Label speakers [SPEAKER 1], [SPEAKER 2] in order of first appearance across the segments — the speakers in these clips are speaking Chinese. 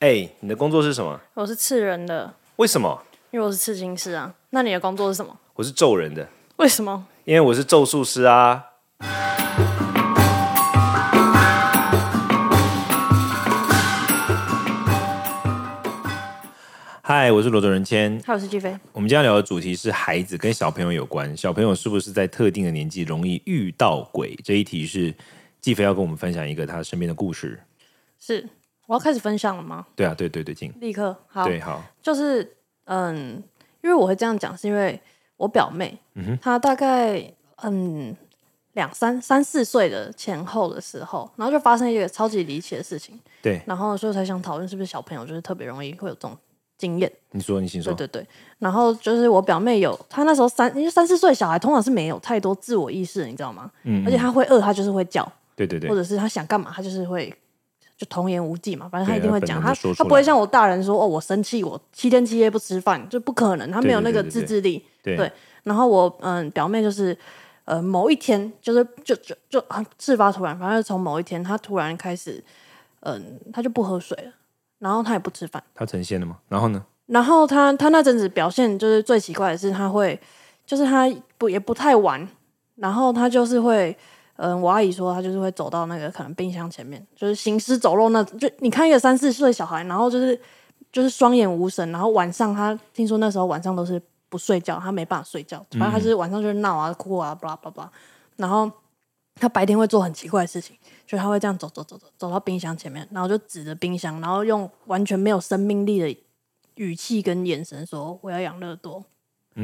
[SPEAKER 1] 哎、你的工作是什么？
[SPEAKER 2] 我是刺人的，
[SPEAKER 1] 为什么？
[SPEAKER 2] 因为我是刺青师啊。那你的工作是什么？
[SPEAKER 1] 我是咒人的，
[SPEAKER 2] 为什么？
[SPEAKER 1] 因为我是咒术师啊。嗨，我是罗卓仁谦。
[SPEAKER 2] 还有是季飞，
[SPEAKER 1] 我们今天要聊的主题是孩子跟小朋友有关，小朋友是不是在特定的年纪容易遇到鬼？这一题是季飞要跟我们分享一个他身边的故事。
[SPEAKER 2] 是我要开始分享了吗？
[SPEAKER 1] 对啊，对对对，进
[SPEAKER 2] 立刻好，
[SPEAKER 1] 对好，
[SPEAKER 2] 就是嗯，因为我会这样讲，是因为我表妹，
[SPEAKER 1] 嗯
[SPEAKER 2] 她大概嗯两三三四岁的前后的时候，然后就发生一个超级离奇的事情，
[SPEAKER 1] 对，
[SPEAKER 2] 然后所以才想讨论是不是小朋友就是特别容易会有这种经验。
[SPEAKER 1] 你说，你先说
[SPEAKER 2] 对。对对，然后就是我表妹有，她那时候三，因为三四岁小孩通常是没有太多自我意识的，你知道吗？
[SPEAKER 1] 嗯
[SPEAKER 2] 而且她会饿，她就是会叫，
[SPEAKER 1] 对对对
[SPEAKER 2] 或，者是她想干嘛，她就是会就童言无忌嘛，反正她
[SPEAKER 1] 对
[SPEAKER 2] 一定
[SPEAKER 1] 她
[SPEAKER 2] 会
[SPEAKER 1] 本
[SPEAKER 2] 讲，
[SPEAKER 1] 能地
[SPEAKER 2] 她
[SPEAKER 1] 说
[SPEAKER 2] 她
[SPEAKER 1] 出
[SPEAKER 2] 不会
[SPEAKER 1] 来
[SPEAKER 2] 像我大人说哦，我生气，我七天七夜不吃饭，就不可能，她
[SPEAKER 1] 对
[SPEAKER 2] 没有
[SPEAKER 1] 对
[SPEAKER 2] 那
[SPEAKER 1] 对
[SPEAKER 2] 个
[SPEAKER 1] 对
[SPEAKER 2] 自
[SPEAKER 1] 对
[SPEAKER 2] 制力。
[SPEAKER 1] 对
[SPEAKER 2] 对然后我嗯表妹就是呃某一天就是就就就很事发突然，反正就从某一天她突然开始嗯她就不喝水了，然后她也不吃饭。
[SPEAKER 1] 他呈现了吗？然后呢？
[SPEAKER 2] 然后他他那阵子表现就是最奇怪的是，他会就是他不也不太玩，然后他就是会，嗯，我阿姨说他就是会走到那个可能冰箱前面，就是行尸走肉那，就你看一个三四岁小孩，然后就是就是双眼无神，然后晚上他听说那时候晚上都是不睡觉，他没办法睡觉，反正他就是晚上就是闹啊哭啊巴拉巴拉，然后他白天会做很奇怪的事情，就是他会这样走走走走走到冰箱前面，然后就指着冰箱，然后用完全没有生命力的语气跟眼神说：“我要养乐多，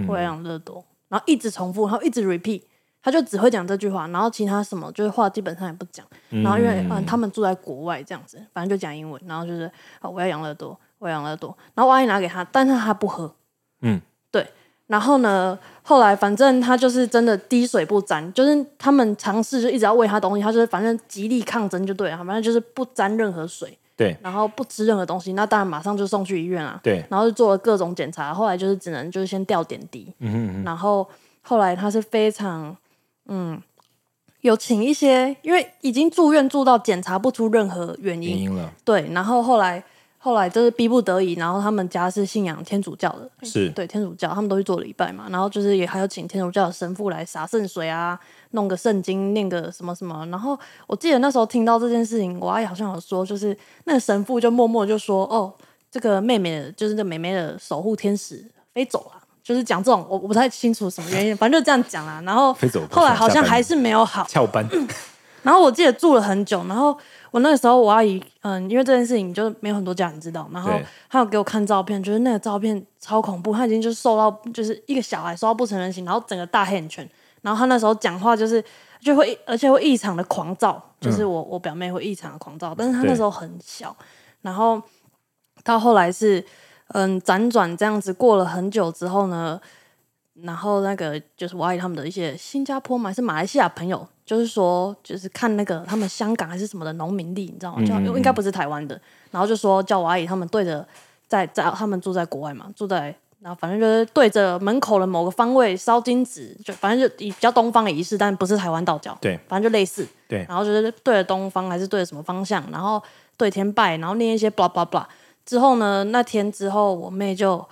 [SPEAKER 2] 我要养乐多。然后一直重复，然后一直 repeat，他就只会讲这句话，然后其他什么就是话基本上也不讲。然后因为嗯、他们住在国外这样子，反正就讲英文，然后就是啊、我要养乐多，我要养乐多。然后我阿姨拿给他，但是他不喝。
[SPEAKER 1] 嗯，
[SPEAKER 2] 对。然后呢，后来反正他就是真的滴水不沾，就是他们尝试就一直要喂他东西，他就是反正极力抗争就对了，反正就是不沾任何水。
[SPEAKER 1] 对
[SPEAKER 2] 然后不吃任何东西，那当然马上就送去医院啊。
[SPEAKER 1] 对
[SPEAKER 2] 然后就做了各种检查，后来就是只能就是先吊点滴，嗯然后后来他是非常嗯有请一些，因为已经住院住到检查不出任何原因，
[SPEAKER 1] 原因了，
[SPEAKER 2] 对，然后后来后来就是逼不得已，然后他们家是信仰天主教的，
[SPEAKER 1] 是
[SPEAKER 2] 嗯对天主教，他们都去做礼拜嘛，然后就是也还有请天主教的神父来洒圣水啊，弄个圣经，念个什么什么。然后我记得那时候听到这件事情，我阿姨好像有说，就是那个神父就默默就说：“哦，这个妹妹的就是这妹妹的守护天使飞走了。”就是讲这种，我我不太清楚什么原因，反正就这样讲啦。然后
[SPEAKER 1] 飞走不
[SPEAKER 2] 后来
[SPEAKER 1] 想
[SPEAKER 2] 好
[SPEAKER 1] 下
[SPEAKER 2] 像
[SPEAKER 1] 班
[SPEAKER 2] 还是没有好，
[SPEAKER 1] 翘班。
[SPEAKER 2] 嗯然后我记得住了很久，然后我那个时候我阿姨，嗯，因为这件事情就没有很多家人知道，然后
[SPEAKER 1] 对
[SPEAKER 2] 她有给我看照片，就是那个照片超恐怖，她已经就是瘦到就是一个小孩瘦到不成人形，然后整个大黑眼圈，然后她那时候讲话就是就会而且会异常的狂躁，就是我、我表妹会异常的狂躁，但是她那
[SPEAKER 1] 对
[SPEAKER 2] 时候很小，然后到后来是嗯辗转这样子过了很久之后呢，然后那个就是我阿姨他们的一些新加坡嘛，还是马来西亚朋友，就是说，就是看那个他们香港还是什么的农民历，你知道吗？就应该不是台湾的，然后就说叫我阿姨他们对着在在他们住在国外嘛，住在然后反正就是对着门口的某个方位烧金纸，就反正就以比较东方的仪式，但不是台湾道教，
[SPEAKER 1] 对，
[SPEAKER 2] 反正就类似，
[SPEAKER 1] 对
[SPEAKER 2] 然后就是对着东方还是对着什么方向，然后对天拜，然后念一些 blah blah blah。之后呢，那天之后我妹就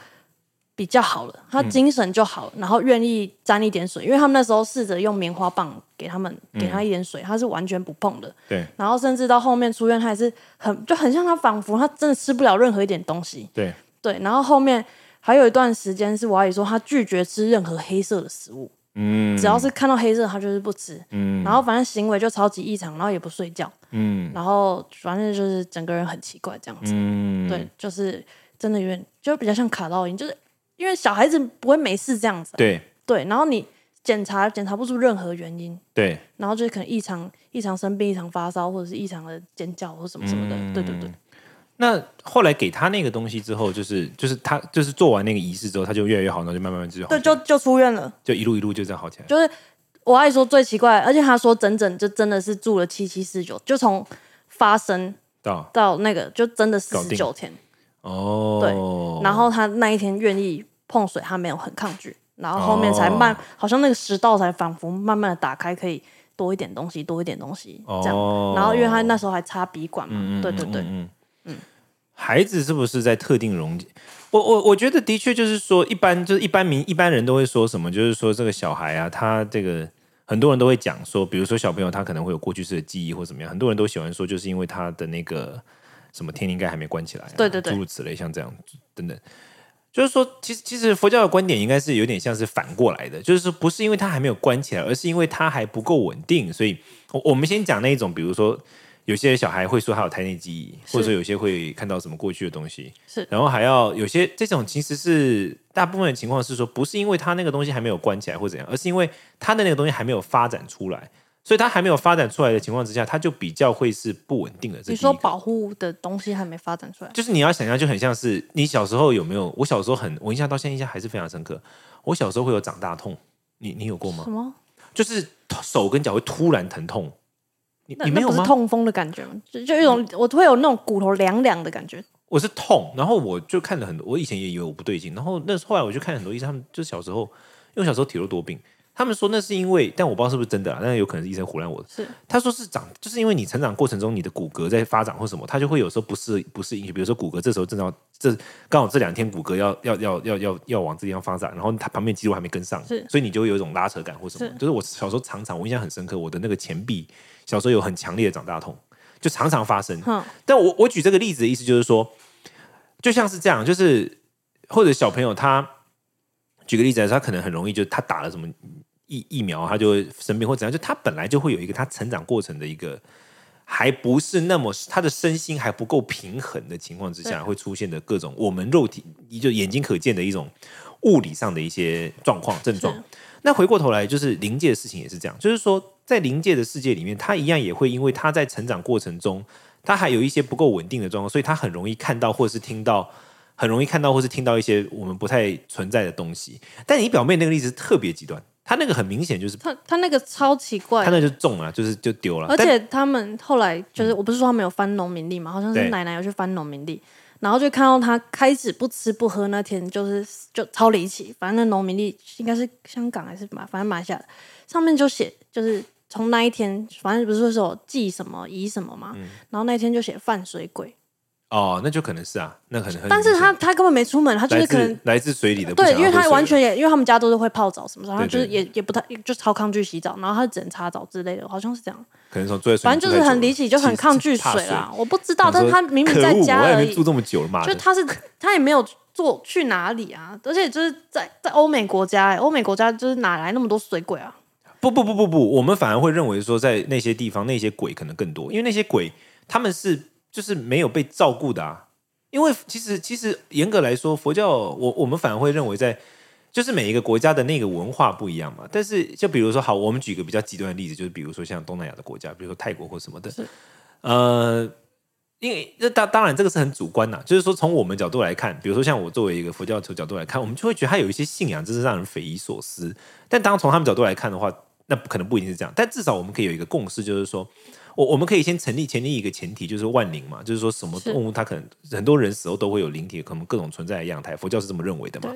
[SPEAKER 2] 比较好了，她精神就好了，然后愿意沾一点水，因为他们那时候试着用棉花棒给他们给她一点水，她是完全不碰的。
[SPEAKER 1] 对
[SPEAKER 2] 然后甚至到后面出院，她还是很就很像她仿佛她真的吃不了任何一点东西。
[SPEAKER 1] 对，
[SPEAKER 2] 对，然后后面还有一段时间是我阿姨说她拒绝吃任何黑色的食物，
[SPEAKER 1] 嗯
[SPEAKER 2] 只要是看到黑色她就是不吃。
[SPEAKER 1] 嗯
[SPEAKER 2] 然后反正行为就超级异常，然后也不睡觉，
[SPEAKER 1] 嗯
[SPEAKER 2] 然后反正就是整个人很奇怪这样子。
[SPEAKER 1] 嗯，
[SPEAKER 2] 对，就是真的有点，就比较像卡到音，就是因为小孩子不会没事这样子啊、
[SPEAKER 1] 对
[SPEAKER 2] 对，然后你检查检查不出任何原因，
[SPEAKER 1] 对，
[SPEAKER 2] 然后就是可能异常异常生病、异常发烧，或者是异常的尖叫或什么什么的。
[SPEAKER 1] 嗯
[SPEAKER 2] 对对对，
[SPEAKER 1] 那后来给他那个东西之后，就是就是他就是做完那个仪式之后，他就越来越好，然后就慢慢慢慢就好
[SPEAKER 2] 对，就就出院了。
[SPEAKER 1] 就一路一路就这样好起来。
[SPEAKER 2] 就是我爱说最奇怪，而且他说整整就真的是住了七七四九，就从发生
[SPEAKER 1] 到
[SPEAKER 2] 到那个就真的四
[SPEAKER 1] 搞
[SPEAKER 2] 十
[SPEAKER 1] 定
[SPEAKER 2] 九天。
[SPEAKER 1] 哦，
[SPEAKER 2] 然后他那一天愿意碰水，他没有很抗拒，然后后面才慢，
[SPEAKER 1] 哦
[SPEAKER 2] 好像那个食道才仿佛慢慢的打开，可以多一点东西，多一点东西这样。
[SPEAKER 1] 哦嗯
[SPEAKER 2] 然后因为他那时候还插鼻管嘛，对对对，
[SPEAKER 1] 嗯嗯，孩子是不是在特定容？我我我觉得的确就是说，一般就是一般民一般人都会说什么，就是说这个小孩啊，他这个很多人都会讲说，比如说小朋友他可能会有过去式的记忆或怎么样，很多人都喜欢说，就是因为他的那个什么天灵盖还没关起来、啊，
[SPEAKER 2] 对对对
[SPEAKER 1] 诸如此类，像这样等等。就是说，其实其实佛教的观点应该是有点像是反过来的，就是说不是因为它还没有关起来，而是因为它还不够稳定。所以，我我们先讲那一种，比如说有些小孩会说他有胎内记忆，或者说有些会看到什么过去的东西，
[SPEAKER 2] 是
[SPEAKER 1] 然后还要有些这种其实是大部分的情况是说，不是因为他那个东西还没有关起来或怎样，而是因为他的那个东西还没有发展出来，所以他还没有发展出来的情况之下，他就比较会是不稳定的。这第
[SPEAKER 2] 你
[SPEAKER 1] 一
[SPEAKER 2] 说
[SPEAKER 1] 个
[SPEAKER 2] 保护的东西还没发展出来，
[SPEAKER 1] 就是你要想象，就很像是你小时候有没有？我小时候很，我印象到现在印象还是非常深刻。我小时候会有长大痛，你你有过吗
[SPEAKER 2] 什？么？
[SPEAKER 1] 就是手跟脚会突然疼痛，你
[SPEAKER 2] 那
[SPEAKER 1] 你没
[SPEAKER 2] 那
[SPEAKER 1] 有
[SPEAKER 2] 不是
[SPEAKER 1] 吗？嗯
[SPEAKER 2] 痛风的感觉吗？就就一种我会有那种骨头凉凉的感觉，
[SPEAKER 1] 我是痛，然后我就看了很多，我以前也以为我不对劲，然后那时候后来我去看很多医生，他们就小时候，因为我小时候体弱多病，他们说那是因为，但我不知道是不是真的啊，但有可能是医生胡乱我的。
[SPEAKER 2] 是
[SPEAKER 1] 他说是长，就是因为你成长过程中你的骨骼在发展或什么，它就会有时候不适不适应，比如说骨骼这时候正要这刚好这两天骨骼要要要要要要往这地方发展，然后它旁边肌肉还没跟上，
[SPEAKER 2] 是
[SPEAKER 1] 所以你就会有一种拉扯感或什么。
[SPEAKER 2] 是
[SPEAKER 1] 就是我小时候常常我印象很深刻，我的那个前臂小时候有很强烈的长大痛，就常常发生。
[SPEAKER 2] 哼
[SPEAKER 1] 但我我举这个例子的意思就是说，就像是这样，就是或者小朋友他举个例子来说，他可能很容易就他打了什么疫疫苗，他就会生病或怎样，就他本来就会有一个他成长过程的一个。还不是那么，他的身心还不够平衡的情况之下，
[SPEAKER 2] 对
[SPEAKER 1] 会出现的各种我们肉体就眼睛可见的一种物理上的一些状况症状
[SPEAKER 2] 是。
[SPEAKER 1] 那回过头来，就是临界的事情也是这样，就是说，在临界的世界里面，他一样也会因为他在成长过程中，他还有一些不够稳定的状况，所以他很容易看到或是听到，很容易看到或是听到一些我们不太存在的东西。但你表妹那个例子特别极端，她那个很明显就是，
[SPEAKER 2] 他他那个超奇怪
[SPEAKER 1] 她，那就中了，啊就是就丢了。
[SPEAKER 2] 而
[SPEAKER 1] 但
[SPEAKER 2] 且他们后来就是，我不是说他们有翻农民历嘛，好像
[SPEAKER 1] 对
[SPEAKER 2] 是奶奶有去翻农民历，然后就看到他开始不吃不喝那天，就是就超离奇。反正那农民历应该是香港还是马，反正马来西亚的上面就写，就是从那一天，反正不是说有祭什么仪什么
[SPEAKER 1] 嗯
[SPEAKER 2] 嘛，然后那一天就写泛水鬼，
[SPEAKER 1] 哦，那就可能是啊，那可能很明显。
[SPEAKER 2] 但是他他根本没出门，他就
[SPEAKER 1] 来
[SPEAKER 2] 是可
[SPEAKER 1] 自
[SPEAKER 2] 能。
[SPEAKER 1] 来自水里的不
[SPEAKER 2] 对，
[SPEAKER 1] 想要喝水的，
[SPEAKER 2] 因为他完全也，因为他们家都是会泡澡什么的，然后
[SPEAKER 1] 对
[SPEAKER 2] 就
[SPEAKER 1] 对
[SPEAKER 2] 是也也不太就超抗拒洗澡，然后他只能擦澡之类的，好像是这样。
[SPEAKER 1] 可能从住在水里
[SPEAKER 2] 反正就是很离奇，就很抗拒
[SPEAKER 1] 怕
[SPEAKER 2] 水啦。我不知道，但
[SPEAKER 1] 想
[SPEAKER 2] 是
[SPEAKER 1] 说
[SPEAKER 2] 他明明
[SPEAKER 1] 可
[SPEAKER 2] 在
[SPEAKER 1] 恶
[SPEAKER 2] 家
[SPEAKER 1] 我在那
[SPEAKER 2] 而
[SPEAKER 1] 边
[SPEAKER 2] 已
[SPEAKER 1] 住，这么久了嘛，
[SPEAKER 2] 就他是 他也没有做去哪里啊，而且就是在在欧美国家、欸，欧美国家就是哪来那么多水鬼啊？
[SPEAKER 1] 不不不不不，我们反而会认为说，在那些地方那些鬼可能更多，因为那些鬼他们是就是没有被照顾的啊。因为其实其实严格来说，佛教我我们反而会认为在就是每一个国家的那个文化不一样嘛。但是就比如说好，我们举个比较极端的例子，就是比如说像东南亚的国家，比如说泰国或什么的，呃，因为这当当然这个是很主观呐、就是说从我们角度来看，比如说像我作为一个佛教徒角度来看，我们就会觉得他有一些信仰，真是让人匪夷所思。但当从他们角度来看的话，那可能不一定是这样，但至少我们可以有一个共识，就是说。我我们可以先成立前立一个前提，就是万灵嘛，就是说什么
[SPEAKER 2] 是
[SPEAKER 1] 动物它可能很多人死后都会有灵体，可能各种存在的样态，佛教是这么认为的嘛。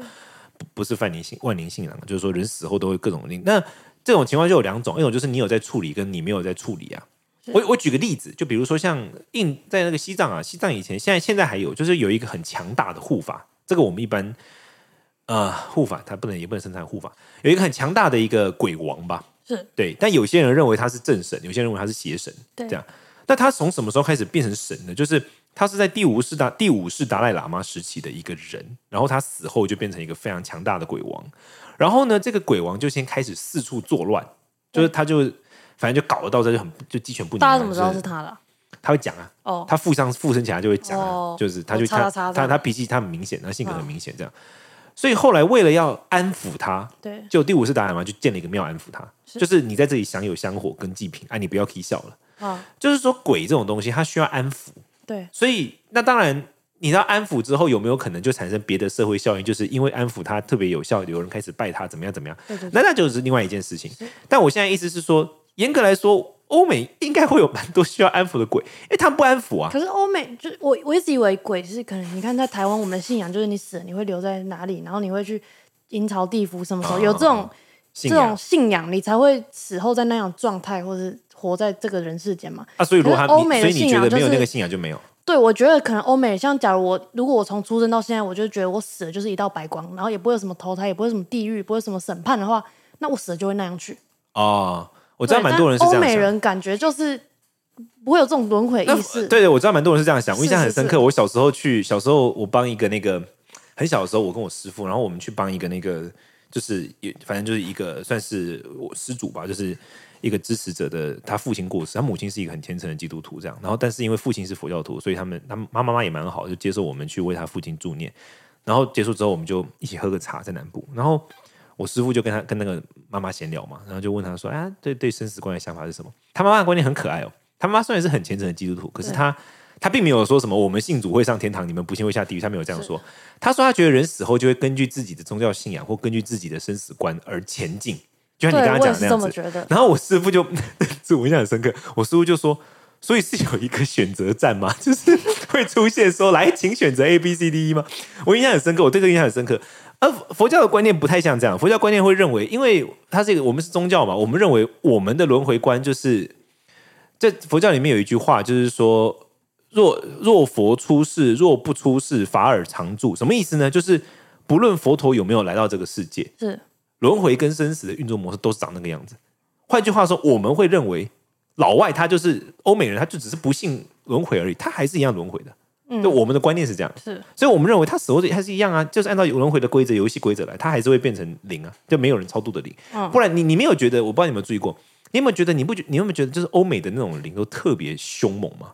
[SPEAKER 2] 对
[SPEAKER 1] 不是泛灵性万灵性啊，就是说人死后都会各种灵。那这种情况就有两种，一种就是你有在处理，跟你没有在处理啊。我我举个例子，就比如说像印在那个西藏啊，西藏以前现在现在还有，就是有一个很强大的护法，这个我们一般呃护法它不能也不能生产护法，有一个很强大的一个鬼王吧，
[SPEAKER 2] 是
[SPEAKER 1] 对，但有些人认为他是正神，有些人认为他是邪神，
[SPEAKER 2] 对
[SPEAKER 1] 这样。那他从什么时候开始变成神的？就是他是在第五世达第五世达赖喇嘛时期的一个人，然后他死后就变成一个非常强大的鬼王。然后呢，这个鬼王就先开始四处作乱，就是他就反正就搞得到这就很就鸡犬不宁啊。
[SPEAKER 2] 大家怎么知道
[SPEAKER 1] 就是
[SPEAKER 2] 他的啊？
[SPEAKER 1] 他会讲啊，
[SPEAKER 2] 哦
[SPEAKER 1] 他附上附身起来就会讲啊，
[SPEAKER 2] 哦
[SPEAKER 1] 就是他就
[SPEAKER 2] 我叉
[SPEAKER 1] 他
[SPEAKER 2] 叉叉
[SPEAKER 1] 他
[SPEAKER 2] 叉
[SPEAKER 1] 他脾气他很明显，他性格很
[SPEAKER 2] 啊
[SPEAKER 1] 明显这样。所以后来为了要安抚他，
[SPEAKER 2] 对，
[SPEAKER 1] 就第五世达赖喇嘛就建了一个庙安抚他，就是你在这里享有香火跟祭品，啊，你不要啼笑了。
[SPEAKER 2] 啊，
[SPEAKER 1] 就是说鬼这种东西，它需要安抚，
[SPEAKER 2] 对，
[SPEAKER 1] 所以那当然，你知道安抚之后有没有可能就产生别的社会效应？就是因为安抚它特别有效，有人开始拜它，怎么样怎么样？
[SPEAKER 2] 对对
[SPEAKER 1] 那那就是另外一件事情。但我现在意思是说，严格来说，欧美应该会有蛮多需要安抚的鬼，因为他们不安抚啊。
[SPEAKER 2] 可是欧美，就是我我一直以为鬼是可能，你看在台湾，我们的信仰就是你死了你会留在哪里，然后你会去阴曹地府什么时候、
[SPEAKER 1] 哦
[SPEAKER 2] 有这种这
[SPEAKER 1] 信
[SPEAKER 2] 种
[SPEAKER 1] 仰
[SPEAKER 2] 信仰，你才会死后在那样状态，或是活在这个人世间嘛。
[SPEAKER 1] 啊，所以如果他
[SPEAKER 2] 可是欧
[SPEAKER 1] 你
[SPEAKER 2] 美的
[SPEAKER 1] 所以你
[SPEAKER 2] 信
[SPEAKER 1] 觉
[SPEAKER 2] 仰
[SPEAKER 1] 得没有
[SPEAKER 2] 就是
[SPEAKER 1] 那个信仰就没有
[SPEAKER 2] 对，我觉得可能欧美像，假如我如果我从出生到现在，我就觉得我死了就是一道白光，然后也不会有什么投胎，也不会有什么地狱，不会有什么审判的话，那我死了就会那样去。
[SPEAKER 1] 哦，我
[SPEAKER 2] 我
[SPEAKER 1] 知道蛮多人是这
[SPEAKER 2] 欧
[SPEAKER 1] 样
[SPEAKER 2] 美
[SPEAKER 1] 想。
[SPEAKER 2] 人感觉就是不会有这种轮回
[SPEAKER 1] 那
[SPEAKER 2] 意识。
[SPEAKER 1] 对对，我知道蛮多人是这样想，我印象
[SPEAKER 2] 是
[SPEAKER 1] 很
[SPEAKER 2] 是
[SPEAKER 1] 深刻。
[SPEAKER 2] 是
[SPEAKER 1] 我小时候去，小时候我帮一个那个很小的时候，我跟我师傅，然后我们去帮一个那个就是也反正就是一个算是我失主吧，就是一个支持者的，他父亲过世，他母亲是一个很虔诚的基督徒，这样。然后但是因为父亲是佛教徒，所以他们他妈妈妈也蛮好，就接受我们去为他父亲助念。然后结束之后，我们就一起喝个茶在南部，然后。我师傅就跟他跟那个妈妈闲聊嘛，然后就问他说：“啊，对对，生死观的想法是什么？”他妈妈的观念很可爱哦。他妈妈虽然是很虔诚的基督徒，可是他他并没有说什么我们信主会上天堂，你们不信会下地狱，他没有这样说。他说他觉得人死后就会根据自己的宗教信仰或根据自己的生死观而前进，就像你
[SPEAKER 2] 对，
[SPEAKER 1] 刚刚
[SPEAKER 2] 我也
[SPEAKER 1] 讲的
[SPEAKER 2] 是
[SPEAKER 1] 那
[SPEAKER 2] 这
[SPEAKER 1] 样
[SPEAKER 2] 么
[SPEAKER 1] 子。
[SPEAKER 2] 觉得。
[SPEAKER 1] 然后我师傅就， 这我印象很深刻。我师傅就说，所以是有一个选择站吗？ 就是会出现说，来，请选择 A、B、C、D、E 吗？我印象很深刻，我对这个印象很深刻。而佛教的观念不太像这样，佛教观念会认为，因为它这个我们是宗教嘛，我们认为我们的轮回观就是，在佛教里面有一句话，就是说，若若佛出世，若不出世，法尔常住。什么意思呢？就是不论佛陀有没有来到这个世界，
[SPEAKER 2] 是
[SPEAKER 1] 轮回跟生死的运作模式都是长那个样子。换句话说，我们会认为老外他就是欧美人，他就只是不信轮回而已，他还是一样轮回的。
[SPEAKER 2] 嗯
[SPEAKER 1] 就我们的观念是这样，
[SPEAKER 2] 是，
[SPEAKER 1] 所以我们认为他死后还是一样啊，就是按照轮回的规则、游戏规则来，他还是会变成零啊，就没有人超度的零。
[SPEAKER 2] 嗯
[SPEAKER 1] 不然你你没有觉得？我不知道你有没有注意过，你有没有觉得？你不觉你有没有觉得？就是欧美的那种零都特别凶猛吗？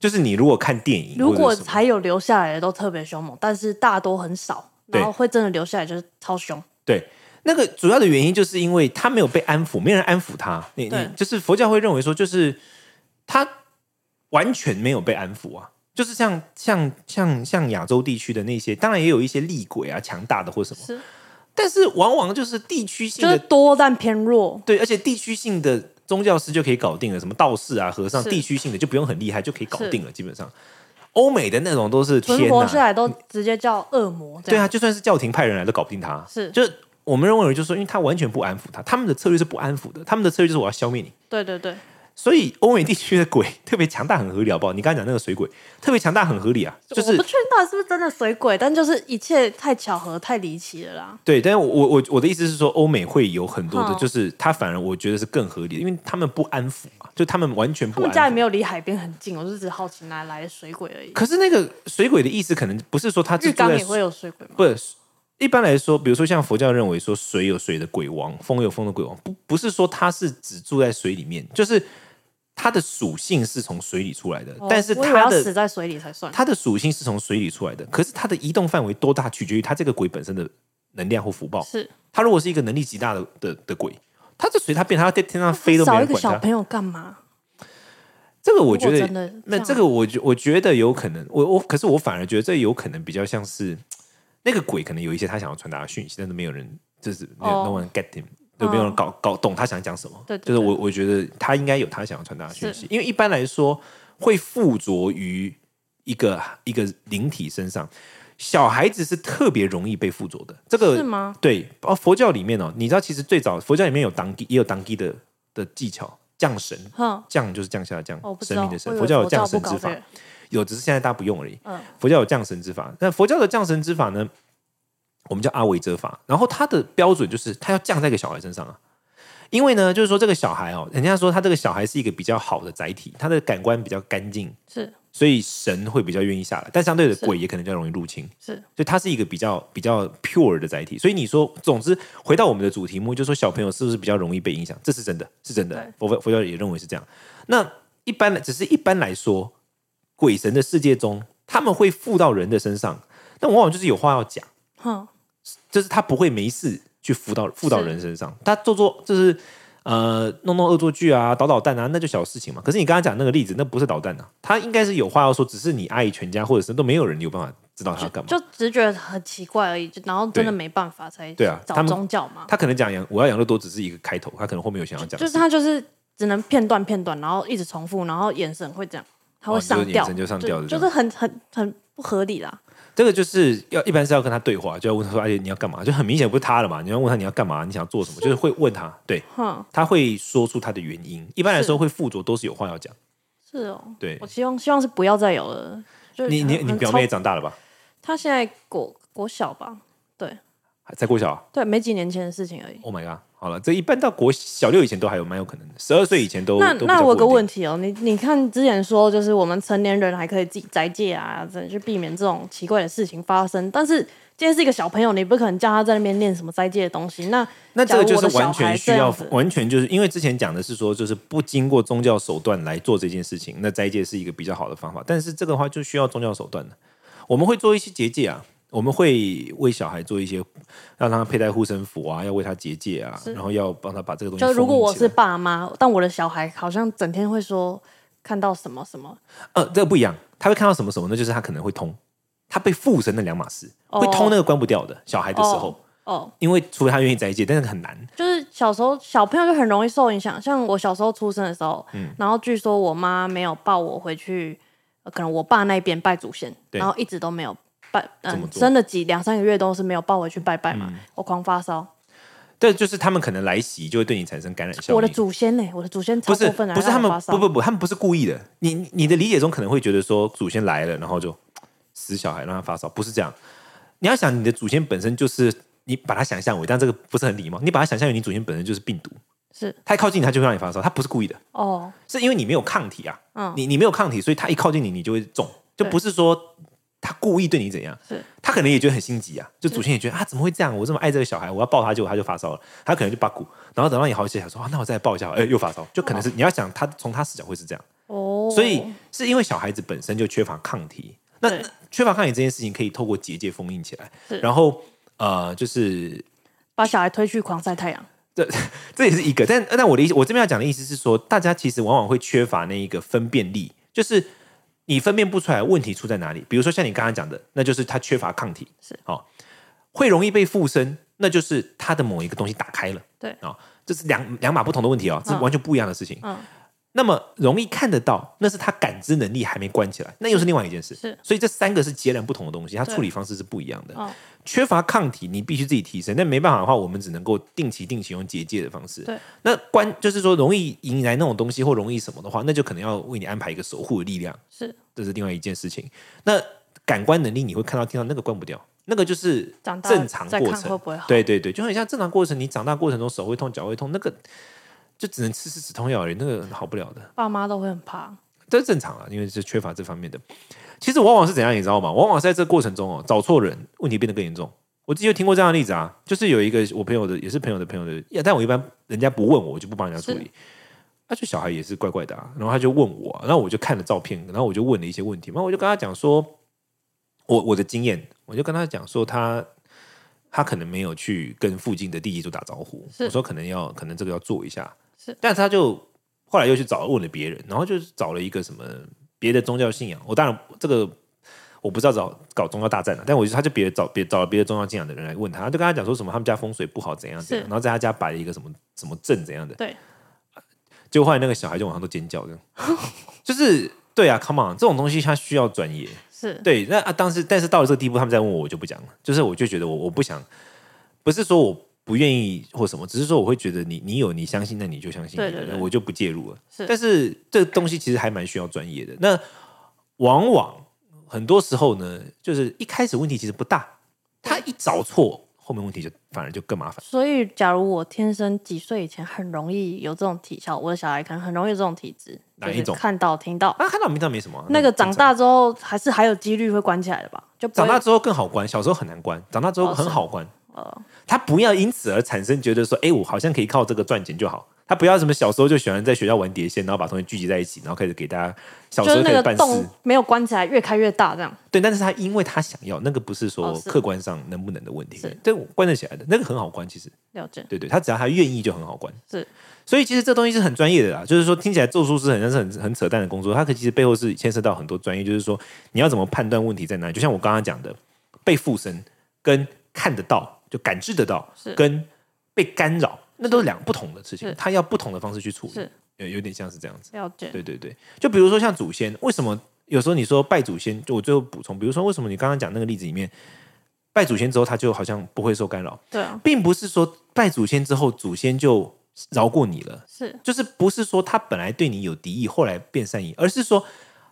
[SPEAKER 1] 就是你如果看电影，
[SPEAKER 2] 如
[SPEAKER 1] 或者
[SPEAKER 2] 果
[SPEAKER 1] 是什么
[SPEAKER 2] 还有留下来的都特别凶猛，但是大多很少，
[SPEAKER 1] 对
[SPEAKER 2] 然后会真的留下来就是超凶。
[SPEAKER 1] 对，那个主要的原因就是因为他没有被安抚，没人安抚他。你你
[SPEAKER 2] 对
[SPEAKER 1] 就是佛教会认为说，就是他完全没有被安抚啊。就是像像像像亚洲地区的那些，当然也有一些厉鬼啊、强大的或什么，
[SPEAKER 2] 是，
[SPEAKER 1] 但是往往就是地区性
[SPEAKER 2] 就
[SPEAKER 1] 的
[SPEAKER 2] 是多但偏弱。
[SPEAKER 1] 对，而且地区性的宗教师就可以搞定了，什么道士啊、和尚，
[SPEAKER 2] 是
[SPEAKER 1] 地区性的就不用很厉害就可以搞
[SPEAKER 2] 是
[SPEAKER 1] 定了。基本上，欧美的那种都是
[SPEAKER 2] 存
[SPEAKER 1] 天
[SPEAKER 2] 活
[SPEAKER 1] 呐，
[SPEAKER 2] 下来都直接叫恶魔，这
[SPEAKER 1] 对
[SPEAKER 2] 样
[SPEAKER 1] 啊，就算是教廷派人来都搞不定他。
[SPEAKER 2] 是
[SPEAKER 1] 就是我们认为就是说，因为他完全不安抚他，他们的策略是不安抚的，他们的策略就是我要消灭你。
[SPEAKER 2] 对对对，
[SPEAKER 1] 所以欧美地区的鬼特别强大，很合理，好不好？你刚才讲那个水鬼特别强大，很合理啊，就
[SPEAKER 2] 我
[SPEAKER 1] 是
[SPEAKER 2] 不确定到底是不是真的水鬼，但就是一切太巧合、太离奇了啦。
[SPEAKER 1] 对。但是我我我我的意思是说，欧美会有很多的，
[SPEAKER 2] 哦
[SPEAKER 1] 就是他反而我觉得是更合理的，因为他们不安抚嘛，就他们完全
[SPEAKER 2] 他
[SPEAKER 1] 不
[SPEAKER 2] 们
[SPEAKER 1] 安
[SPEAKER 2] 家也
[SPEAKER 1] 抚。
[SPEAKER 2] 没有离海边很近，我就只好奇哪里来的水鬼而已。
[SPEAKER 1] 可是那个水鬼的意思，可能不是说他是
[SPEAKER 2] 浴
[SPEAKER 1] 住
[SPEAKER 2] 缸
[SPEAKER 1] 在
[SPEAKER 2] 也会有水鬼吗？
[SPEAKER 1] 不是，一般来说，比如说像佛教认为说水有水的鬼王，风有风的鬼王，不不是说他是只住在水里面，就是它的属性是从水里出来的，
[SPEAKER 2] 哦
[SPEAKER 1] 但是
[SPEAKER 2] 我以为
[SPEAKER 1] 它
[SPEAKER 2] 要死
[SPEAKER 1] 的
[SPEAKER 2] 在水里才算。
[SPEAKER 1] 它的属性是从水里出来的，可是它的移动范围多大取决于它这个鬼本身的能量或福报。
[SPEAKER 2] 是
[SPEAKER 1] 它如果是一个能力极大的的的鬼，它就随它便，它在天上飞都没
[SPEAKER 2] 找
[SPEAKER 1] 人
[SPEAKER 2] 一个
[SPEAKER 1] 管
[SPEAKER 2] 小
[SPEAKER 1] 它。
[SPEAKER 2] 朋友干嘛？
[SPEAKER 1] 这个我
[SPEAKER 2] 如果
[SPEAKER 1] 觉得
[SPEAKER 2] 真的
[SPEAKER 1] 那这
[SPEAKER 2] 样
[SPEAKER 1] 个我觉我觉得有可能，我我可是我反而觉得这有可能比较像是那个鬼可能有一些他想要传达的讯息，但是没有人就是没有、
[SPEAKER 2] 哦嗯
[SPEAKER 1] no one get him，就没有人搞、搞懂他想讲什么。
[SPEAKER 2] 对
[SPEAKER 1] 就
[SPEAKER 2] 对
[SPEAKER 1] 是
[SPEAKER 2] 对
[SPEAKER 1] 我我觉得他应该有他想要传达的讯息，因为一般来说会附着于一个一个灵体身上。小孩子是特别容易被附着的，这个
[SPEAKER 2] 是吗？
[SPEAKER 1] 对哦，佛教里面哦，你知道其实最早佛教里面有当地也有当地的的技巧降神，
[SPEAKER 2] 哼，
[SPEAKER 1] 降就是降下的降，
[SPEAKER 2] 哦我不知
[SPEAKER 1] 神明
[SPEAKER 2] 道。
[SPEAKER 1] 的神
[SPEAKER 2] 我以。为
[SPEAKER 1] 佛教有
[SPEAKER 2] 佛
[SPEAKER 1] 降
[SPEAKER 2] 教
[SPEAKER 1] 神
[SPEAKER 2] 不
[SPEAKER 1] 之
[SPEAKER 2] 搞这
[SPEAKER 1] 法，
[SPEAKER 2] 个。
[SPEAKER 1] 有只是现在大家不用而已。
[SPEAKER 2] 嗯
[SPEAKER 1] 佛教有降神之法，那佛教的降神之法呢，我们叫阿维遮法。然后它的标准就是它要降在一个小孩身上啊，因为呢，就是说这个小孩哦，人家说他这个小孩是一个比较好的载体，他的感官比较干净，
[SPEAKER 2] 是
[SPEAKER 1] 所以神会比较愿意下来，但相对的
[SPEAKER 2] 是
[SPEAKER 1] 鬼也可能比较容易入侵。
[SPEAKER 2] 是
[SPEAKER 1] 所以它是一个比较比较 pure 的载体。所以你说，总之回到我们的主题目，就说小朋友是不是比较容易被影响？这是真的，是真的
[SPEAKER 2] 对。
[SPEAKER 1] 佛佛教也认为是这样。那一般来，只是一般来说，鬼神的世界中，他们会附到人的身上，但往往就是有话要讲，
[SPEAKER 2] 哼，
[SPEAKER 1] 就是他不会没事去附到附到人身上，他做做就是。呃，弄弄恶作剧啊，捣捣蛋啊，那就小事情嘛。可是你刚刚讲那个例子，那不是捣蛋啊，他应该是有话要说，只是你阿姨全家或者是都没有人有办法知道他要干嘛。
[SPEAKER 2] 就只是觉得很奇怪而已，就然后真
[SPEAKER 1] 对
[SPEAKER 2] 的没办法才
[SPEAKER 1] 对啊他
[SPEAKER 2] 找
[SPEAKER 1] 们
[SPEAKER 2] 宗教嘛。
[SPEAKER 1] 他可能讲养我要养乐多只是一个开头，他可能后面有想要讲的
[SPEAKER 2] 就
[SPEAKER 1] 事，
[SPEAKER 2] 是他就是只能片段片段，然后一直重复，然后眼神会这样，他会上
[SPEAKER 1] 哦你说眼
[SPEAKER 2] 吊，
[SPEAKER 1] 神就上吊的这
[SPEAKER 2] 就
[SPEAKER 1] 样
[SPEAKER 2] 是很很很不合理啦。
[SPEAKER 1] 这个就是要一般是要跟他对话，就要问他说，而且你要干嘛？就很明显不是他了嘛，你要问他你要干嘛，你想要做什么，就是会问他，对
[SPEAKER 2] 哼，
[SPEAKER 1] 他会说出他的原因。一般来说会附着都是有话要讲，
[SPEAKER 2] 是哦，
[SPEAKER 1] 对
[SPEAKER 2] 我希望希望是不要再有了。就是
[SPEAKER 1] 你你
[SPEAKER 2] 很
[SPEAKER 1] 你
[SPEAKER 2] 很
[SPEAKER 1] 表妹也
[SPEAKER 2] 超
[SPEAKER 1] 长大了吧？
[SPEAKER 2] 她现在国国小吧？
[SPEAKER 1] 还在国小啊
[SPEAKER 2] 对，没几年前的事情而已。
[SPEAKER 1] ？Oh my god！好了，这一般到国小六以前都还有蛮有可能的，十二岁以前都
[SPEAKER 2] 那
[SPEAKER 1] 都比
[SPEAKER 2] 那
[SPEAKER 1] 较
[SPEAKER 2] 我有
[SPEAKER 1] 不
[SPEAKER 2] 个
[SPEAKER 1] 稳
[SPEAKER 2] 问
[SPEAKER 1] 定
[SPEAKER 2] 题哦，你你看之前说就是我们成年人还可以自己斋戒啊，真的去避免这种奇怪的事情发生。但是今天是一个小朋友，你不可能叫他在那边念什么斋戒的东西。那
[SPEAKER 1] 那这个
[SPEAKER 2] 假如
[SPEAKER 1] 就
[SPEAKER 2] 我的
[SPEAKER 1] 是完全需要
[SPEAKER 2] 小孩这样，子
[SPEAKER 1] 完全就是因为之前讲的是说，就是不经过宗教手段来做这件事情，那斋戒是一个比较好的方法。但是这个的话就需要宗教手段的。我们会做一些结界啊，我们会为小孩做一些，让他佩戴护身符啊，要为他结界啊，然后要帮他把这个东西
[SPEAKER 2] 就
[SPEAKER 1] 封印起来。
[SPEAKER 2] 如果我是爸妈，但我的小孩好像整天会说看到什么什么，
[SPEAKER 1] 呃，这个不一样，他会看到什么什么，那就是他可能会通，他被附身那两码事，
[SPEAKER 2] 哦
[SPEAKER 1] 会通那个关不掉的小孩的时候，
[SPEAKER 2] 哦，
[SPEAKER 1] 因为除非他愿意斋戒，但是很难。
[SPEAKER 2] 就是小时候小朋友就很容易受影响。像我小时候出生的时候，
[SPEAKER 1] 嗯
[SPEAKER 2] 然后据说我妈没有抱我回去，呃可能我爸那边拜祖先，
[SPEAKER 1] 对
[SPEAKER 2] 然后一直都没有拜，
[SPEAKER 1] 怎么
[SPEAKER 2] 嗯，
[SPEAKER 1] 做嗯
[SPEAKER 2] 生了几两三个月都是没有抱回去拜拜嘛，我狂发烧。
[SPEAKER 1] 但就是他们可能来袭就会对你产生感染效应。
[SPEAKER 2] 我的祖先呢、我的祖先超
[SPEAKER 1] 不是
[SPEAKER 2] 过分了，
[SPEAKER 1] 不是
[SPEAKER 2] 让
[SPEAKER 1] 他
[SPEAKER 2] 我
[SPEAKER 1] 们
[SPEAKER 2] 发烧
[SPEAKER 1] 不不不，他们不是故意的。你你你的理解中可能会觉得说祖先来了，然后就死小孩让他发烧，不是这样。你要想你的祖先本身就是你把它想象为，但这个不是很礼貌。你把它想象为你祖先本身就是病毒，
[SPEAKER 2] 是
[SPEAKER 1] 它一靠近你它就会让你发烧，它不是故意的，
[SPEAKER 2] 哦，
[SPEAKER 1] 是因为你没有抗体啊。
[SPEAKER 2] 嗯
[SPEAKER 1] 你你没有抗体，所以它一靠近你你就会中，就
[SPEAKER 2] 对
[SPEAKER 1] 不是说。他故意对你怎样
[SPEAKER 2] 是？
[SPEAKER 1] 他可能也觉得很心急啊，就祖先也觉得啊，怎么会这样？我这么爱这个小孩，我要抱他，结果他就发烧了。他可能就把骨，然后等到你好一些，想说啊，那我再来抱一下好了，哎、又发烧，就可能是、你要想他从他视角会是这样。
[SPEAKER 2] 哦，
[SPEAKER 1] 所以是因为小孩子本身就缺乏抗体，那
[SPEAKER 2] 对
[SPEAKER 1] 缺乏抗体这件事情可以透过结界封印起来
[SPEAKER 2] 是，
[SPEAKER 1] 然后呃，就是
[SPEAKER 2] 把小孩推去狂晒太阳，
[SPEAKER 1] 这也是一个，但但我的意思，我这边要讲的意思是说，大家其实往往会缺乏那一个分辨力，就是你分辨不出来问题出在哪里。比如说像你刚刚讲的，那就是他缺乏抗体，
[SPEAKER 2] 是
[SPEAKER 1] 哦，会容易被附身，那就是他的某一个东西打开了，
[SPEAKER 2] 对
[SPEAKER 1] 啊、哦，这是两两码不同的问题哦，这是
[SPEAKER 2] 嗯
[SPEAKER 1] 完全不一样的事情。
[SPEAKER 2] 嗯
[SPEAKER 1] 那么容易看得到，那是他感知能力还没关起来，那又是另外一件事。
[SPEAKER 2] 是
[SPEAKER 1] 所以这三个是截然不同的东西，它
[SPEAKER 2] 对
[SPEAKER 1] 处理方式是不一样的。
[SPEAKER 2] 哦
[SPEAKER 1] 缺乏抗体，你必须自己提升。那没办法的话，我们只能够定期定期用结界的方式。
[SPEAKER 2] 对，
[SPEAKER 1] 那关就是说容易迎来那种东西或容易什么的话，那就可能要为你安排一个守护的力量，
[SPEAKER 2] 是
[SPEAKER 1] 这是另外一件事情。那感官能力你会看到听到那个关不掉，那个就是
[SPEAKER 2] 长大
[SPEAKER 1] 正常
[SPEAKER 2] 再
[SPEAKER 1] 过
[SPEAKER 2] 看会
[SPEAKER 1] 程。
[SPEAKER 2] 不会好？
[SPEAKER 1] 对对对，就很像正常过程，你长大过程中手会痛、脚会痛，那个就只能吃吃止痛药而已，那个好不了的。
[SPEAKER 2] 爸妈都会很怕，
[SPEAKER 1] 这正常啊，因为是缺乏这方面的。其实往往是怎样，你知道吗？往往是在这过程中哦，找错人，问题变得更严重。我之前就听过这样的例子啊，就是有一个我朋友的，也是朋友的朋友的，呀但我一般人家不问我，我就不帮人家处理。他就小孩也是怪怪的啊，然后他就问我，然后我就看了照片，然后我就问了一些问题，然后我就跟他讲说，我我的经验，我就跟他讲说他。他可能没有去跟附近的地基组打招呼，
[SPEAKER 2] 是
[SPEAKER 1] 我说可能要可能这个要做一下，
[SPEAKER 2] 是，
[SPEAKER 1] 但是他就后来又去找问了别人，然后就是找了一个什么别的宗教信仰。我当然这个我不知道找搞宗教大战了，啊但我就他就别找别找了别的宗教信仰的人来问他，他就跟他讲说什么他们家风水不好怎样怎样，
[SPEAKER 2] 是
[SPEAKER 1] 然后在他家摆了一个什么什么阵怎样的，
[SPEAKER 2] 对，
[SPEAKER 1] 结果后来那个小孩就往上都尖叫这样， 就是对啊，come on，这种东西他需要专业，
[SPEAKER 2] 是
[SPEAKER 1] 对，那啊，当时但是到了这个地步，他们再问我，我就不讲了。就是我就觉得我我不想，不是说我不愿意或什么，只是说我会觉得你你有你相信，那你就相信你的，
[SPEAKER 2] 对对对
[SPEAKER 1] 我就不介入了。
[SPEAKER 2] 是
[SPEAKER 1] 但是这个东西其实还蛮需要专业的。那往往很多时候呢，就是一开始问题其实不大，他一找错，后面问题就反而就更麻烦。
[SPEAKER 2] 所以，假如我天生几岁以前很容易有这种体小，我的小孩可能很容易有这种体质，
[SPEAKER 1] 哪一种
[SPEAKER 2] 就是看到听到
[SPEAKER 1] 那、看到名堂没什么啊、
[SPEAKER 2] 那个长
[SPEAKER 1] 正常
[SPEAKER 2] 大之后，还是还有几率会关起来的吧？就不
[SPEAKER 1] 长
[SPEAKER 2] 会
[SPEAKER 1] 大之后更好关，小时候很难关，长大之后
[SPEAKER 2] 哦
[SPEAKER 1] 很
[SPEAKER 2] 是
[SPEAKER 1] 好关。
[SPEAKER 2] 呃，
[SPEAKER 1] 他不要因此而产生觉得说，哎，我好像可以靠这个赚钱就好。他不要什么小时候就喜欢在学校玩碟仙，然后把同学聚集在一起，然后开始给大家小
[SPEAKER 2] 就
[SPEAKER 1] 时
[SPEAKER 2] 是
[SPEAKER 1] 候开始
[SPEAKER 2] 那个
[SPEAKER 1] 办
[SPEAKER 2] 洞
[SPEAKER 1] 事。
[SPEAKER 2] 没有关起来，越开越大这样。
[SPEAKER 1] 对，但是他因为他想要，那个不是说
[SPEAKER 2] 哦是
[SPEAKER 1] 客观上能不能的问题
[SPEAKER 2] 是，
[SPEAKER 1] 这、关得起来的，那个很好关，其实
[SPEAKER 2] 了解，
[SPEAKER 1] 对对，他只要他愿意就很好关。
[SPEAKER 2] 是，
[SPEAKER 1] 所以其实这东西是很专业的啦，就是说听起来咒术师很像是很很扯淡的工作，它可其实背后是牵涉到很多专业，就是说你要怎么判断问题在哪里。就像我刚刚讲的，被附身跟看得到就感知得到
[SPEAKER 2] 是，
[SPEAKER 1] 跟被干扰，那都是两个不同的事情
[SPEAKER 2] 是，
[SPEAKER 1] 它要不同的方式去处理
[SPEAKER 2] 是，
[SPEAKER 1] 有有点像是这样子。
[SPEAKER 2] 了解。
[SPEAKER 1] 对对对，就比如说像祖先，为什么有时候你说拜祖先，就我最后补充，比如说为什么你刚刚讲那个例子里面，拜祖先之后他就好像不会受干扰，
[SPEAKER 2] 对啊，
[SPEAKER 1] 并不是说拜祖先之后，祖先就饶过你了。
[SPEAKER 2] 是
[SPEAKER 1] 就是不是说他本来对你有敌意，后来变善意，而是说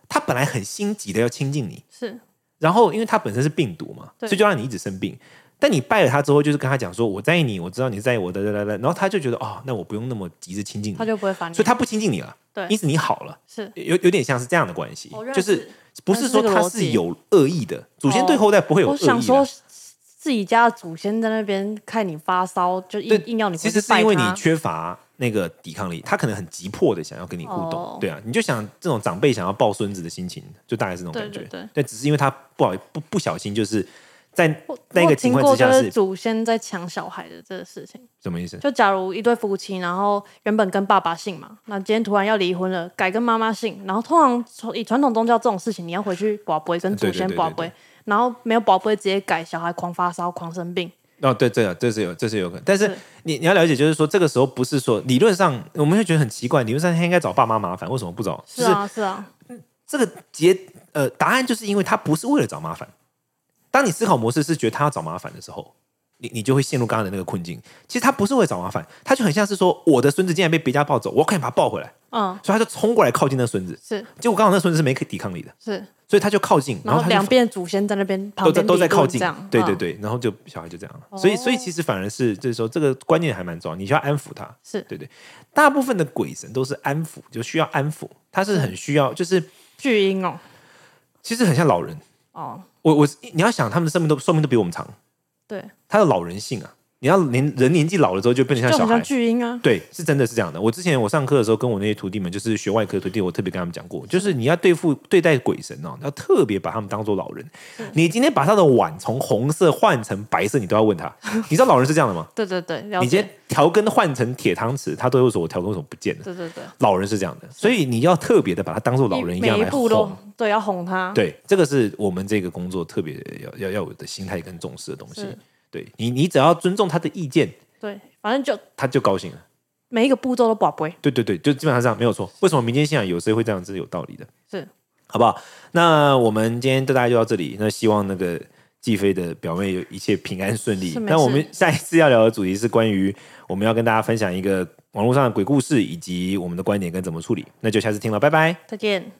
[SPEAKER 1] 他本来很心急的要亲近你，
[SPEAKER 2] 是
[SPEAKER 1] 然后因为他本身是病毒嘛，
[SPEAKER 2] 对
[SPEAKER 1] 所以就让你一直生病。但你拜了他之后，就是跟他讲说我在意你，我知道你在意我的，来来来，然后他就觉得哦，那我不用那么急着亲近你，
[SPEAKER 2] 他就不会烦你，
[SPEAKER 1] 所以他不亲近你了，
[SPEAKER 2] 对
[SPEAKER 1] 因此你好了，
[SPEAKER 2] 是
[SPEAKER 1] 有有点像是这样的关系，
[SPEAKER 2] 我认
[SPEAKER 1] 就
[SPEAKER 2] 识
[SPEAKER 1] 是不是说
[SPEAKER 2] 但是这个
[SPEAKER 1] 他
[SPEAKER 2] 逻辑
[SPEAKER 1] 是有恶意的，祖先对后代不会有恶
[SPEAKER 2] 我
[SPEAKER 1] 意的。
[SPEAKER 2] 想说自己家的祖先在那边看你发烧，就
[SPEAKER 1] 对
[SPEAKER 2] 硬硬要你
[SPEAKER 1] 其
[SPEAKER 2] 回
[SPEAKER 1] 实
[SPEAKER 2] 去
[SPEAKER 1] 是
[SPEAKER 2] 拜
[SPEAKER 1] 因为你
[SPEAKER 2] 他
[SPEAKER 1] 缺乏那个抵抗力，他可能很急迫的想要跟你互动，
[SPEAKER 2] 哦
[SPEAKER 1] 对啊，你就想这种长辈想要抱孙子的心情，就大概是那种
[SPEAKER 2] 对
[SPEAKER 1] 感觉。
[SPEAKER 2] 对对
[SPEAKER 1] 但只是因为他不好不不小心，就是在
[SPEAKER 2] 我
[SPEAKER 1] 那
[SPEAKER 2] 我
[SPEAKER 1] 个
[SPEAKER 2] 有
[SPEAKER 1] 情
[SPEAKER 2] 听
[SPEAKER 1] 况
[SPEAKER 2] 过
[SPEAKER 1] 之
[SPEAKER 2] 就
[SPEAKER 1] 下
[SPEAKER 2] 是
[SPEAKER 1] 是
[SPEAKER 2] 祖先在抢小孩的这个事情。
[SPEAKER 1] 什么意思？
[SPEAKER 2] 就假如一对夫妻，然后原本跟爸爸姓嘛，那今天突然要离婚了，改跟妈妈姓，然后通常从以传统宗教这种事情，你要回去保杯跟祖先保
[SPEAKER 1] 啊对对对对
[SPEAKER 2] 杯，然后没有保杯直接改，小孩狂发烧、狂生病，
[SPEAKER 1] 哦，对，这个这是有，这是有可能。但是
[SPEAKER 2] 对
[SPEAKER 1] 你你要了解，就是说这个时候不是说理论上我们会觉得很奇怪，理论上他应该找爸妈麻烦，为什么不找？
[SPEAKER 2] 是
[SPEAKER 1] 就是
[SPEAKER 2] 啊是啊，
[SPEAKER 1] 这个结呃，答案就是因为他不是为了找麻烦。当你思考模式是觉得他要找麻烦的时候，你你就会陷入刚刚的那个困境。其实他不是为了找麻烦，他就很像是说，我的孙子竟然被别家抱走，我要快点把他抱回来，
[SPEAKER 2] 嗯
[SPEAKER 1] 所以他就冲过来靠近那孙子。
[SPEAKER 2] 是
[SPEAKER 1] 结果刚好那孙子是没抵抗力的，
[SPEAKER 2] 是，
[SPEAKER 1] 所以他就靠近，
[SPEAKER 2] 然
[SPEAKER 1] 后
[SPEAKER 2] 后
[SPEAKER 1] 他就
[SPEAKER 2] 两边祖先在那边旁
[SPEAKER 1] 都在
[SPEAKER 2] 边
[SPEAKER 1] 都在
[SPEAKER 2] 理论
[SPEAKER 1] 靠近
[SPEAKER 2] 这样，，
[SPEAKER 1] 对对
[SPEAKER 2] 嗯，哦
[SPEAKER 1] 对，然后就小孩就这样了。所以所以其实反而是就是说这个观念还蛮重要，你需要安抚他。
[SPEAKER 2] 是
[SPEAKER 1] 对对，大部分的鬼神都是安抚，就需要安抚，他是很需要，就是
[SPEAKER 2] 巨婴哦
[SPEAKER 1] 其实很像老人。
[SPEAKER 2] 哦
[SPEAKER 1] 我我你要想，他们的生命都寿命都比我们长，
[SPEAKER 2] 对，
[SPEAKER 1] 他的老人性啊，你要年人年纪老了之后就变得
[SPEAKER 2] 就
[SPEAKER 1] 像小
[SPEAKER 2] 很像
[SPEAKER 1] 孩。
[SPEAKER 2] 巨婴啊，
[SPEAKER 1] 对，是真的是这样的。我之前我上课的时候，跟我那些徒弟们，就是学外科徒弟，我特别跟他们讲过，就是你要对付对待鬼神哦，要特别把他们当做老人。你今天把他的碗从红色换成白色，你都要问他。你知道老人是这样的吗？
[SPEAKER 2] 对对对， 了
[SPEAKER 1] 你今
[SPEAKER 2] 解，
[SPEAKER 1] 天调羹换成铁汤匙，他都会说我调羹为什么不见了？
[SPEAKER 2] 对对对，
[SPEAKER 1] 老人是这样的，所以你要特别的把他当做老人一样
[SPEAKER 2] 每一
[SPEAKER 1] 来
[SPEAKER 2] 步都
[SPEAKER 1] 哄。
[SPEAKER 2] 对要哄他，
[SPEAKER 1] 对，这个是我们这个工作特别要要要有的心态跟重视的东西
[SPEAKER 2] 是。
[SPEAKER 1] 对你，你只要尊重他的意见，
[SPEAKER 2] 对，反正就
[SPEAKER 1] 他就高兴了。
[SPEAKER 2] 每一个步骤都保杯，
[SPEAKER 1] 对对对，就基本上这样，没有错。为什么民间信仰有时候会这样，这是有道理的，
[SPEAKER 2] 是
[SPEAKER 1] 好不好？那我们今天就大家就到这里。那希望那个季飞的表妹有一切平安顺利
[SPEAKER 2] 是。没
[SPEAKER 1] 那我们
[SPEAKER 2] 事
[SPEAKER 1] 下一次要聊的主题是关于我们要跟大家分享一个网络上的鬼故事，以及我们的观点跟怎么处理。那就下次听了，拜拜。
[SPEAKER 2] 再见。